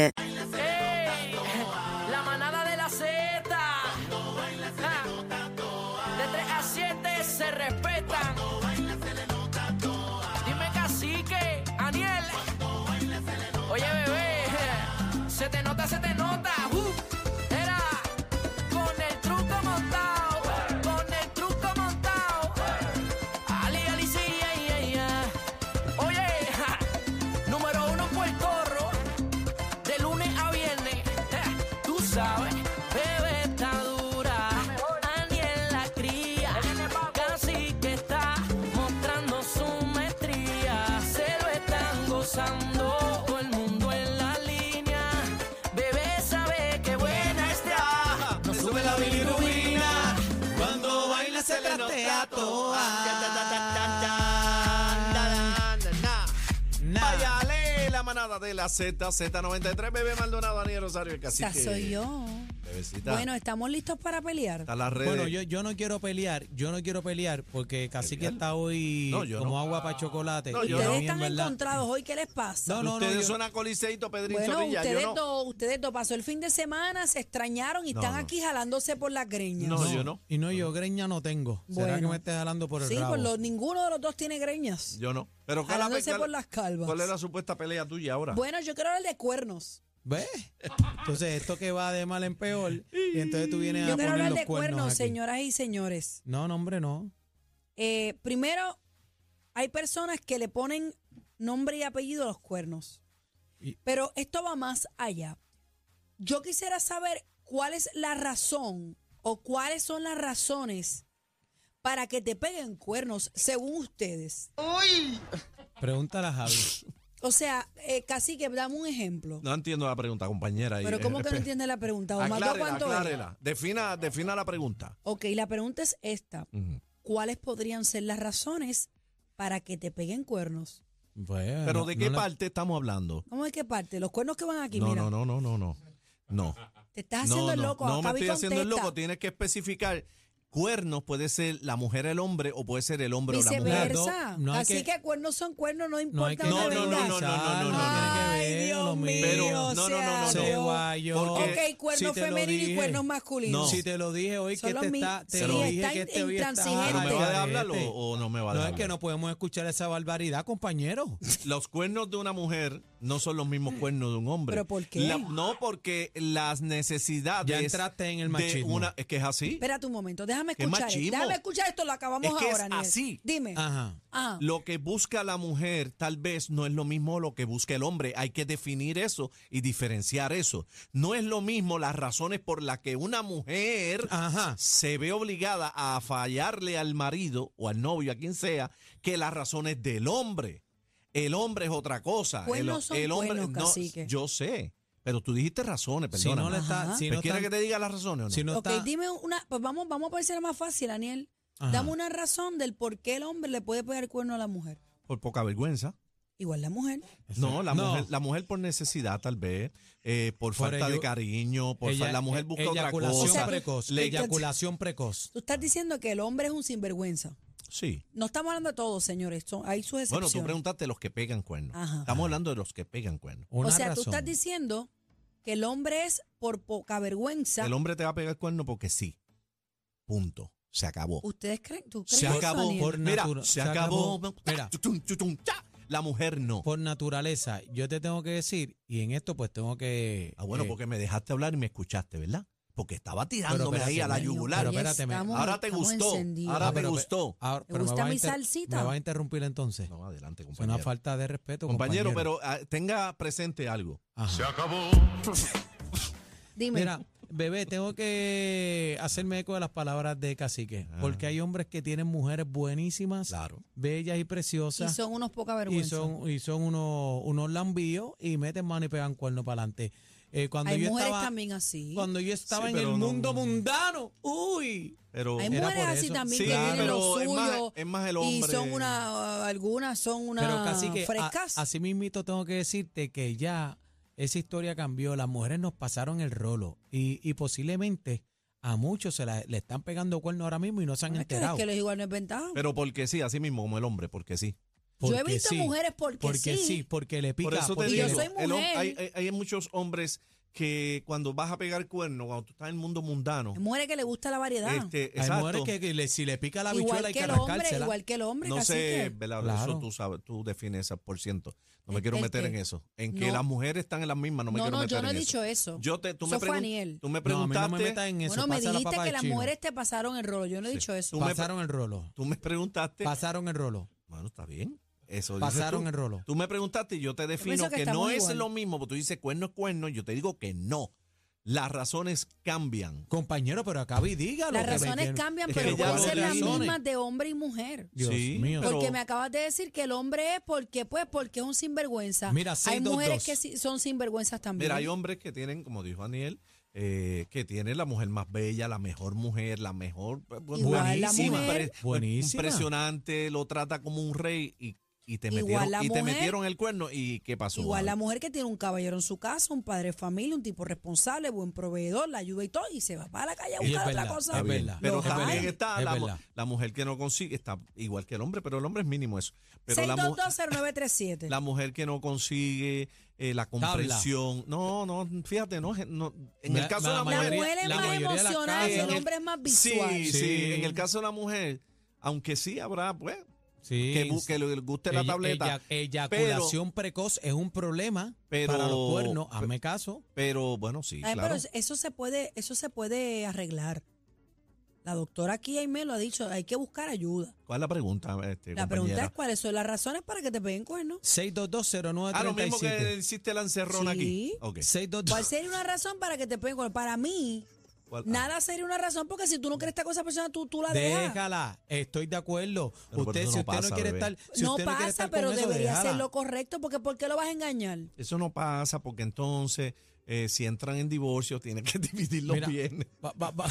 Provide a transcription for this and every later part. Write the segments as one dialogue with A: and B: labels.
A: ¡Ey! La manada de la Z. Ah. De 3 a 7 se respetan. Dime cacique, Aniel. Oye, bebé. Se te nota, se te nota. Uh, era. Con el truco montado. Con el truco montado. Ali, ali, sí, ay, ay, ay. Oye, ja, número uno en Puerto Rico. De lunes a viernes, eh, tú sabes, bebé está dura, Daniel la cría, casi que está mostrando su maestría, se lo están gozando, todo el mundo en la línea, bebé sabe que buena está, no sube la bilirubina, cuando baila se tratea toda.
B: Váyale la manada de la Z, Z93, bebé Maldonado, Daniel Rosario, el
C: Esa
B: cacique.
C: soy yo.
B: Bebecita,
C: Bueno, ¿estamos listos para pelear?
B: está las redes.
D: Bueno, yo, yo no quiero pelear, yo no quiero pelear porque casi que está hoy
B: No, yo
D: como
B: no.
D: agua para chocolate.
B: No,
D: y
B: yo
D: a
C: ustedes
B: no.
D: mí, en
C: están
D: verdad-
C: encontrados hoy, ¿qué les pasa?
D: No, no, no.
B: Ustedes
D: yo-
B: son a Coliseito, Pedrín
C: bueno,
B: Zorrilla,
C: ustedes
B: yo no.
C: dos, ustedes dos, pasó el fin de semana, se extrañaron y
B: No,
C: están
B: no.
C: aquí jalándose por las greñas.
B: No, yo no.
D: Y no, yo greña no tengo. ¿Será que
C: Bueno.
D: me estés jalando por el
C: Sí,
D: rabo?
C: pues los- ninguno de los dos tiene greñas.
B: Yo no. Pero ¿cuál,
C: Jalándose
B: cuál-
C: por las calvas.
B: ¿Cuál es la supuesta pelea tuya ahora?
C: Bueno, yo quiero hablar de cuernos.
D: ¿Ves? Entonces, esto que va de mal en peor, y entonces tú vienes
C: Yo
D: a
C: quiero
D: poner
C: hablar
D: los
C: de cuernos,
D: cuernos aquí.
C: señoras y señores.
D: No, no, hombre, no.
C: Eh, primero, hay personas que le ponen nombre y apellido a los cuernos.
D: Y-
C: Pero esto va más allá. Yo quisiera saber cuál es la razón o cuáles son las razones para que te peguen cuernos, según ustedes.
D: Pregúntale a Javi.
C: O sea, eh, casi que dame un ejemplo.
B: No entiendo la pregunta, compañera. ahí.
C: Pero ¿cómo que no
B: Espe-
C: entiendes la pregunta? Osvaldo,
B: Aclárela,
C: ¿cuánto es?
B: aclárela. Defina, defina la pregunta.
C: Ok, la pregunta es esta.
B: Ujú.
C: ¿Cuáles podrían ser las razones para que te peguen cuernos?
D: Bueno,
B: Pero
D: no-
B: ¿de
D: no
B: qué
D: le-
B: parte estamos hablando?
C: ¿Cómo es que parte? Los cuernos que van aquí,
B: No,
C: mira.
B: no, no, no, no, no. No.
C: Te estás haciendo
B: no,
C: el
B: no,
C: loco.
B: No, me
C: Javi
B: estoy haciendo el
C: contesta.
B: loco. Tienes que especificar. Cuernos puede ser la mujer, el hombre, o puede ser el hombre o la mujer.
C: Viceversa.
D: No, no hay
C: Así que,
D: que-
C: cuernos son cuernos, no
D: No hay
C: importa
D: que
B: No,
C: dónde
B: no, no,
C: vengan.
B: no, no, no, no, no.
C: Ay, Dios mío,
B: Pero- no, no, no,
C: sea
B: no,
C: Dios.
B: no. Se Porque-
C: Ok, cuernos femeninos y cuernos masculinos.
D: No. Si te lo dije hoy,
C: Son
D: que
C: los
D: te
C: mi-
D: está, te
C: Sí,
D: lo dije
C: está
D: que este hoy está
C: intransigente.
B: ¿Pero me va a dejar hablar o,
D: Este.
B: o no me va a
D: No
B: dejar
D: es que
B: hablar?
D: no podemos escuchar esa barbaridad, compañero.
B: Los cuernos de una mujer no son los mismos cuernos de un hombre.
C: ¿Pero por qué?
B: La- no, porque las necesidades.
D: Ya entraste en el
B: de
D: machismo.
B: una- es que es así.
C: Espérate un momento, déjame
B: Qué
C: escuchar.
B: machismo.
C: esto. Déjame escuchar esto, lo acabamos
B: Es que es
C: ahora, Aniel.
B: así.
C: Dime.
D: Ajá.
C: Ah,
B: Lo que busca la mujer tal vez no es lo mismo lo que busca el hombre. Hay que definir eso y diferenciar eso. No es lo mismo las razones por las que una mujer
D: Ajá.
B: se ve obligada a fallarle al marido o al novio, a quien sea, que las razones del hombre. El hombre es otra cosa. El,
C: Cuernos Pues son
B: el hombre
C: cuernos, cacique.
B: yo sé, pero tú dijiste razones,
D: Si
B: perdóname. ¿Pues
D: no le
C: Ajá.
D: está, si no
B: ¿Quieres
D: está-
B: que te diga las razones o no?
D: si no
C: ok,
D: está-
C: dime una. Pues vamos, vamos a ser más fácil, Aniel.
D: Ajá.
C: Dame una razón del por qué el hombre le puede pegar cuerno a la mujer.
B: Por poca vergüenza.
C: Igual la mujer.
B: No, la,
D: No.
B: Mujer, la mujer por necesidad tal vez, eh, por,
D: Por
B: falta de
D: ello-
B: cariño, por fa-
D: Ella-
B: la mujer
D: e-
B: busca otra
D: eyaculación
B: cosa.
D: Precoz,
B: Le-
D: eyaculación precoz.
C: Tú estás diciendo que el hombre es un sinvergüenza.
B: sí.
C: No estamos hablando de todos, señores. Son, hay sus
B: Bueno,
C: excepciones.
B: tú preguntaste los que pegan cuernos.
C: Ajá.
B: Estamos hablando de los que pegan cuernos.
D: Una
C: o sea,
D: razón.
C: tú estás diciendo que el hombre es por poca vergüenza.
B: El hombre te va a pegar cuerno porque sí. Punto. Se acabó.
C: ¿Ustedes creen? ¿Tú crees
B: Se
C: eso,
B: acabó.
C: Daniel?
D: por
B: Mira,
D: natura-
B: se
D: se acabó.
B: acabó.
D: Mira.
B: Chutum, chutum, cha. La mujer no.
D: Por naturaleza, yo te tengo que decir, y en esto pues tengo que...
B: Ah, bueno,
D: eh,
B: porque me dejaste hablar y me escuchaste, ¿verdad? porque estaba tirándome
D: espérate,
B: ahí a la
D: Meli,
B: yugular.
D: pero espérate, Meli.
C: estamos-
B: ahora te
C: estamos
B: gustó,
C: encendidos.
B: ahora
D: Ah,
B: te
D: pero-
B: gustó.
D: Ahora-
C: ¿Te gusta
D: me va a
C: mi
D: inter-
C: salsita?
D: Me va a interrumpir entonces.
B: No, adelante,
D: es una
B: compañero.
D: falta de respeto.
B: compañero,
D: Compañero,
B: pero ah, tenga presente algo.
D: Ajá.
C: Dime.
D: Mira, bebé, tengo que hacerme eco de las palabras de cacique.
B: Ah.
D: Porque hay hombres que tienen mujeres buenísimas,
B: Claro.
D: bellas y
C: y
D: preciosas.
C: son unos poca
D: y
C: vergüenza.
D: son, y son unos, unos lambíos y meten mano y pegan cuerno para adelante. Eh, cuando,
C: Hay
D: yo
C: mujeres
D: estaba,
C: también así.
D: cuando yo estaba
B: Sí,
D: en el
B: pero no-
D: mundo mundano, uy.
B: Pero
C: Hay
D: Era
C: mujeres
D: por
C: así
D: eso.
C: también
B: Sí,
C: que tienen
B: pero
C: lo
B: es
C: suyo.
B: más- es más el hombre.
C: Y son una, algunas son
D: Pero
C: unas
D: casi que
C: frescas.
D: así mismito tengo que decirte que ya esa historia cambió. Las mujeres nos pasaron el rolo y, y posiblemente a muchos se la- le están pegando cuerno ahora mismo y no se han
C: No es que, es
D: enterado.
C: que les igual no es ventaja.
B: Pero porque sí, así mismo como el hombre, porque sí.
C: Yo he
D: Porque
C: visto
D: sí,
C: mujeres porque,
D: porque
C: sí.
D: sí, porque le pica.
B: Por eso te
D: porque
C: Y yo
B: digo,
D: le-
C: soy
B: el hom-
C: mujer.
B: hay, hay- hay muchos hombres que cuando vas a pegar cuerno, cuando tú estás en el mundo mundano,
C: Hay mujeres que le gusta la variedad.
B: este,
D: hay
B: exacto,
D: mujeres que, que le- si le pica la
C: igual
D: bichuela hay
C: que,
D: que
C: el hombre,
D: arrancársela.
C: igual que el hombre.
B: no
C: casi
B: sé,
C: que-
B: ¿verdad?
D: Claro.
B: Eso tú sabes, tú defines esa por ciento. No me
C: ¿El-
B: quiero
C: el
B: meter
C: qué?
B: en eso. En que
C: No.
B: las mujeres están en las mismas, no me
C: No,
B: quiero
C: no,
B: meter
C: yo no he
B: en
C: dicho eso.
B: Yo te, tú,
C: Eso
B: me
C: fue
B: pregun-
C: Aniel.
B: tú me
D: No, a mí
B: preguntaste,
D: no me metas en eso.
C: bueno, me
D: pasa la
C: dijiste
D: papa
C: que
D: de
C: las
D: chino.
C: mujeres te pasaron el rolo. Yo no he
B: Sí.
C: dicho eso.
B: Tú me-
D: Pasaron el rolo.
B: tú me preguntaste,
D: Pasaron el rolo.
B: bueno, está bien, eso dices
D: Pasaron
B: tú.
D: el rolo.
B: Tú me preguntaste y yo te defino
C: pienso
B: que,
C: que
B: no
C: estamos
B: es
C: igual.
B: lo mismo, porque tú dices cuerno es cuerno, yo te digo que no. Las razones cambian.
D: Compañero, pero acaba y dígalo.
C: Las
D: que me
C: razones
D: tiene-
C: cambian,
B: Es que
C: pero
B: ya
C: pueden
B: lo
C: ser las
B: razones.
C: mismas de hombre y mujer.
D: Dios
B: Sí,
D: mío.
B: pero-
C: Porque me acabas de decir que el hombre es porque, pues, porque es un sinvergüenza.
D: Mira,
C: hay
D: 622.
C: mujeres que sí- son sinvergüenzas también.
B: Mira, hay hombres que tienen, como dijo Daniel, eh, que tiene la mujer más bella, la mejor mujer, la mejor. pues, bu-
C: Igual la
B: impre-
C: mujer.
D: Buenísima.
B: pues, Impresionante, lo trata como un rey y, y te,
C: Igual
B: metieron,
C: la
B: y te
C: mujer.
B: metieron el cuerno. ¿Y qué pasó?
C: Igual la
B: Gaby?
C: mujer que tiene un caballero en su casa, un padre de familia, un tipo responsable, buen proveedor, la ayuda y todo, y se va para la calle a
D: Y es
C: buscar otra
D: verdad,
C: cosa.
D: es
B: Está bien,
D: verdad,
B: Pero
C: es
B: también
C: verdad,
B: está
D: es
B: la, mu-
D: verdad.
B: la mujer que no consigue, está igual que el hombre, pero el hombre es mínimo eso. Pero la, mu-
C: 6220937.
B: la mujer que no consigue eh, la
D: Tabla.
B: comprensión. No, no, fíjate, no, no, en
D: Me-
B: el caso de
C: La
B: la
D: la
B: mujer.
D: mayoría-
C: mujer es
D: la
C: más
D: mayoría de las
C: emocional,
D: casas-
C: el
D: en el-
C: hombre es más visual.
B: Sí, sí,
D: Sí.
B: En el caso de la mujer, aunque sí habrá, pues,
D: Sí,
B: que, bu- que le guste la
D: Ella-
B: tableta.
D: eya- eyaculación precoz es un problema
B: pero-
D: para los cuernos.
B: pe-
D: Hazme caso.
B: Pero, pero bueno, sí,
C: Ay,
B: claro.
C: Pero eso se puede, eso se puede arreglar. La doctora aquí Aime lo ha dicho, hay que buscar ayuda.
B: ¿Cuál es la pregunta? Este,
C: La pregunta es
B: compañera?
C: cuáles son las razones para que te peguen cuernos.
D: 6220937.
B: Ah, lo mismo que hiciste la encerrona aquí.
C: Sí.
B: Ok.
D: 622.
C: ¿Cuál sería una razón para que te peguen cuernos? Para mí,
B: ¿Cuál? Ah,
C: nada sería una razón porque si tú no crees estar con esa persona, tú, tú la dejas.
D: Déjala, estoy de acuerdo.
B: Pero por
D: usted,
B: eso
D: si
B: no
D: usted
B: pasa,
D: no quiere
B: bebé.
D: estar, si
C: no
D: usted no quiere
C: pasa,
D: estar
C: pero
D: con eso,
C: debería
D: déjala.
C: ser lo correcto porque ¿por qué lo vas a engañar?
B: Eso no pasa porque entonces, eh, si entran en divorcio, tienen que dividir los
D: Mira,
B: bienes.
D: va- va- va-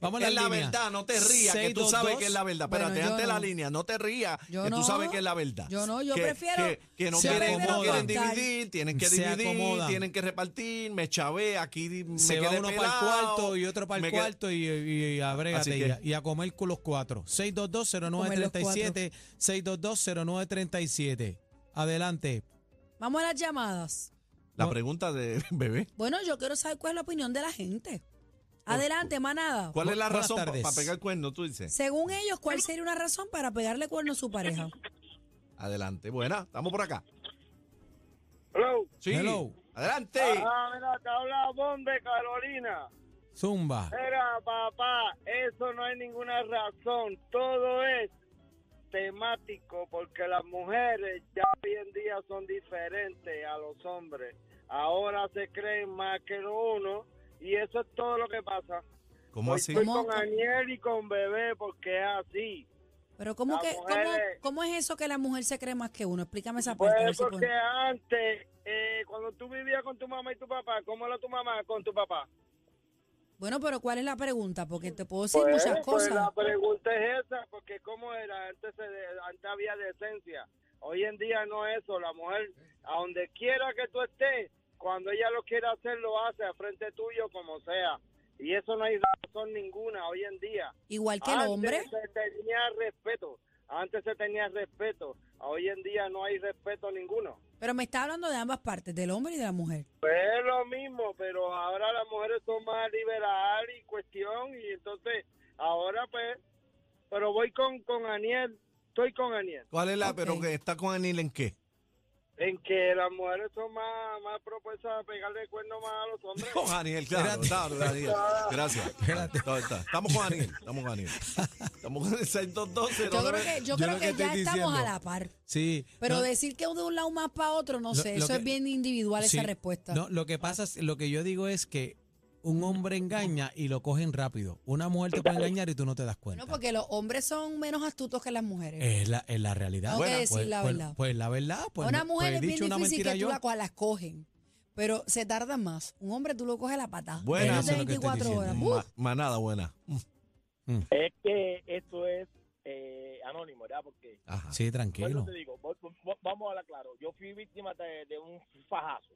D: vamos a
B: Ah, Es la verdad, no te rías, que tú sabes que es la verdad.
C: Bueno,
B: Espérate,
C: yo
B: ante la
C: no.
B: línea, no te rías,
C: Yo
B: que tú
C: no.
B: sabes que es la verdad.
C: Yo no, yo
B: Que-
C: prefiero-
B: Que, que no
D: Se
B: quieren, no quieren
D: acomodan.
B: dividir, tienen que
D: Se
B: dividir,
D: acomodan.
B: tienen que repartir, me chavé, aquí di- me
D: Se va
B: quedé
D: uno para el
B: pelado,
D: cuarto y otro para
B: me
D: el
B: quedé-
D: cuarto y, y, y
B: Así
D: abrégate
B: que-
D: y, a, y a comer con los cuatro. 6220937. 6220937. Adelante.
C: Vamos a las llamadas.
B: La
D: No.
B: pregunta de bebé.
C: Bueno, yo quiero saber cuál es la opinión de la gente. Adelante, manada.
B: ¿Cuál
D: Bu-
B: es la
D: buenas
B: razón para
D: tardes.
B: pegar el cuerno? Tú dices.
C: Según ellos, ¿cuál sería una razón para pegarle cuerno a su pareja?
B: Adelante. Buena, estamos por acá.
E: Hello.
B: Sí.
D: Hello.
B: Adelante.
E: Ah, mira, te habla Bon de Carolina.
D: Zumba.
E: Mira, papá, eso no hay ninguna razón. Todo es temático porque las mujeres ya hoy en día son diferentes a los hombres. Ahora se creen más que lo uno y eso es todo lo que pasa.
B: ¿Cómo
E: Hoy
B: así?
E: Estoy
C: ¿Cómo?
E: con Aniel y con Bebé porque es así.
C: Pero ¿cómo,
E: Las
C: que, cómo,
E: mujeres-
C: cómo es eso que la mujer se cree más que uno? Explícame esa parte. a ver
E: Pues
C: si
E: porque
C: puedo.
E: antes, eh, cuando tú vivías con tu mamá y tu papá, ¿cómo era tu mamá con tu papá?
C: Bueno, pero ¿cuál es la pregunta? Porque te puedo decir muchas
E: Pues, pues,
C: cosas.
E: la pregunta es esa, porque como era, antes, se de- antes había decencia. Hoy en día no es eso. La mujer, a donde quiera que tú estés, cuando ella lo quiera hacer, lo hace a frente tuyo, como sea. Y eso no hay razón ninguna hoy en día.
C: Igual que el
E: antes
C: hombre.
E: se tenía respeto. Antes se tenía respeto. Hoy en día no hay respeto ninguno.
C: Pero me está hablando de ambas partes, del hombre y de la mujer.
E: Pues es lo mismo, pero ahora las mujeres son más liberales y cuestión, y entonces ahora pues, pero voy con, con Aniel, estoy con Aniel.
B: ¿Cuál es la?
C: Ok.
B: Pero que está con Anil en qué?
F: en que las mujeres son más, más propensas a pegarle el cuerno más a los hombres.
B: Con Daniel, claro, claro, Daniel. Gracias. Está- está. Estamos con Daniel, estamos con Daniel. Estamos con el 6212.
C: Yo creo que, yo
D: yo
C: creo
D: lo
C: que
D: que
C: ya
D: estoy
C: estamos a
D: diciendo-
C: la par.
D: Sí.
C: Pero
D: no,
C: decir que de un lado más para otro, no
D: Lo-
C: sé,
D: lo
C: eso es
D: que-
C: bien individual
D: sí.
C: esa respuesta.
D: No, lo que pasa es, lo que yo digo es que un hombre engaña y lo cogen rápido. Una mujer te puede engañar y tú no te das cuenta.
C: Bueno, porque los hombres son menos astutos que las mujeres.
D: es la, es la realidad.
C: Tengo que
D: Bueno,
C: decir
D: pues,
C: la
D: pues-
C: verdad.
D: pues la verdad, pues
C: a una
D: no-
C: mujer
D: pues he
C: es
D: dicho
C: bien
D: una
C: difícil
D: mentira
C: que
D: yo.
C: tú la, cua- las cogen, pero se tardan más. Un hombre tú lo coges la patada.
B: Buena.
C: Menos de
D: Eso es lo que estoy
C: 24 horas.
D: diciendo.
C: ¡Buf!
B: Ma- manada buena. Mm,
E: Es que esto es eh, anónimo, ¿verdad? Porque,
B: Ajá.
D: Sí,
E: bueno,
D: tranquilo.
E: te digo, vo- vo- vamos a hablar claro. Yo fui víctima de, de un fajazo.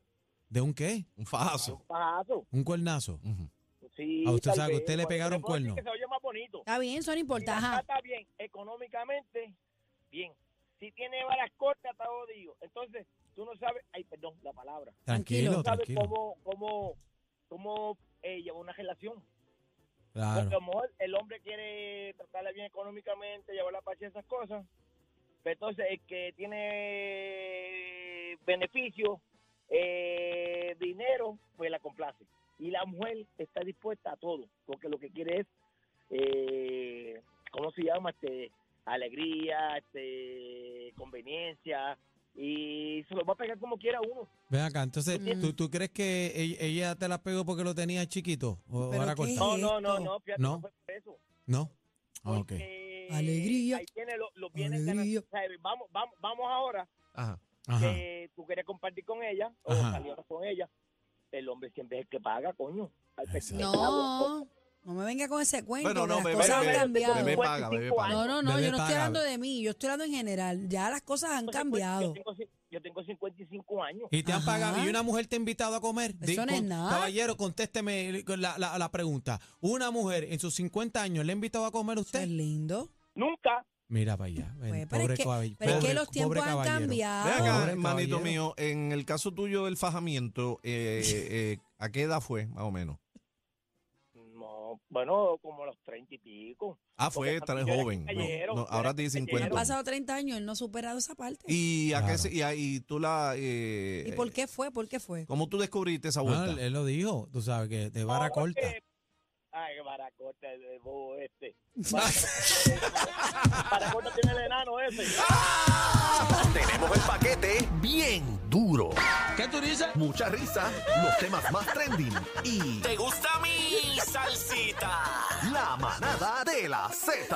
D: ¿De un qué?
B: Un
E: De
B: fajazo.
E: un fajazo.
D: ¿Un cuernazo?
B: Ujú.
E: Sí,
D: Ah, usted
E: tal
D: Ah, sabe que
E: vez.
D: usted le
E: Bueno,
D: pegaron
E: puedo decir
D: cuerno.
E: Que se oye más bonito.
C: Está bien, eso no importa.
E: Mira,
C: ajá.
E: Está bien, económicamente, bien. Si tiene varas cortas, te digo. Entonces, tú no sabes, ay, perdón, la palabra.
C: Tranquilo.
D: Tranquilo,
E: No sabes
D: tranquilo.
E: cómo, cómo, cómo eh, llevar una relación. Porque a
D: Claro.
E: lo mejor el hombre quiere tratarla bien económicamente, llevarla para hacer esas cosas. Pero entonces el que tiene beneficio, eh, dinero, pues la complace. Y la mujer está dispuesta a todo, porque lo que quiere es, eh, ¿cómo se llama? Este, alegría, este, conveniencia. Y se lo va a pegar como quiera uno.
D: Ven acá, entonces,
C: Mm.
D: ¿tú, tú crees que e- ella te la pegó porque lo tenía chiquito? ¿O
C: ¿Pero
D: ahora
C: qué?
D: corta?
E: No, no, no, no, fíjate,
D: No.
E: no, fue por eso.
D: ¿No? Ah, ok.
E: Porque
C: Alegría.
E: Ahí tiene los, los bienes
C: Alegría.
E: gananciados. O sea, Vamos, vamos, vamos ahora
B: Ajá.
D: Ajá.
C: Eh,
E: que tú quieres compartir con ella o
D: Ajá.
E: salieron con ella. El hombre siempre es el que paga, coño. Al pescado.
C: No, no me venga con ese cuento.
B: Bueno,
C: que
B: no,
C: las
B: bebé,
C: cosas han
B: bebé,
C: cambiado.
B: bebé paga, bebé paga.
C: no, no, no,
D: Bebé
C: yo no estoy
D: paga.
C: hablando de mí, yo estoy hablando en general. Ya las cosas han
E: Yo tengo
C: cambiado.
E: cincu- Yo tengo, ci- yo tengo 55 años.
D: Y te han
C: Ajá.
D: pagado. Y una mujer te ha invitado a comer.
C: Eso
D: Di-
C: no es nada.
D: Caballero, contésteme con la, la- la pregunta. ¿Una mujer en sus 50 años le ha invitado a comer a
C: Eso es
D: usted?
C: lindo.
E: Nunca.
D: Mira para allá. ven,
C: Pues, pero
D: pobre
C: es que,
D: caball-
C: pero es que
D: pobre-
C: los
D: pobre
C: tiempos han
D: caballero.
B: Ve
C: cambiado.
B: acá,
D: Pobre
B: hermanito
D: caballero.
B: mío, en el caso tuyo del fajamiento, eh, eh, ¿a qué edad fue, más o menos?
E: No, bueno, como a los 30 y pico.
B: Ah, fue
E: Porque
B: tan
E: yo era
B: joven. ¿no?
E: caballero,
B: No,
E: yo
B: ahora
E: era
B: tiene
C: Han
E: caballero.
B: 50.
C: pasado 30 años, él no ha superado esa parte. ¿Y,
B: ¿Y, a qué
D: Claro.
B: se- y, a- y tú la... eh,
C: por qué fue? ¿Por qué fue?
B: ¿Cómo tú descubriste esa
D: Ah,
B: vuelta?
D: él lo dijo, tú sabes que de vara
E: No,
D: corta.
E: porque- Ay, vara corta, el el bobo este. Para corta tiene el enano ese.
G: Tenemos el paquete bien duro. ¿Qué tú dices? Mucha risa, los temas más trending y
H: ¿Te gusta mi salsita?
G: la manada de la Z.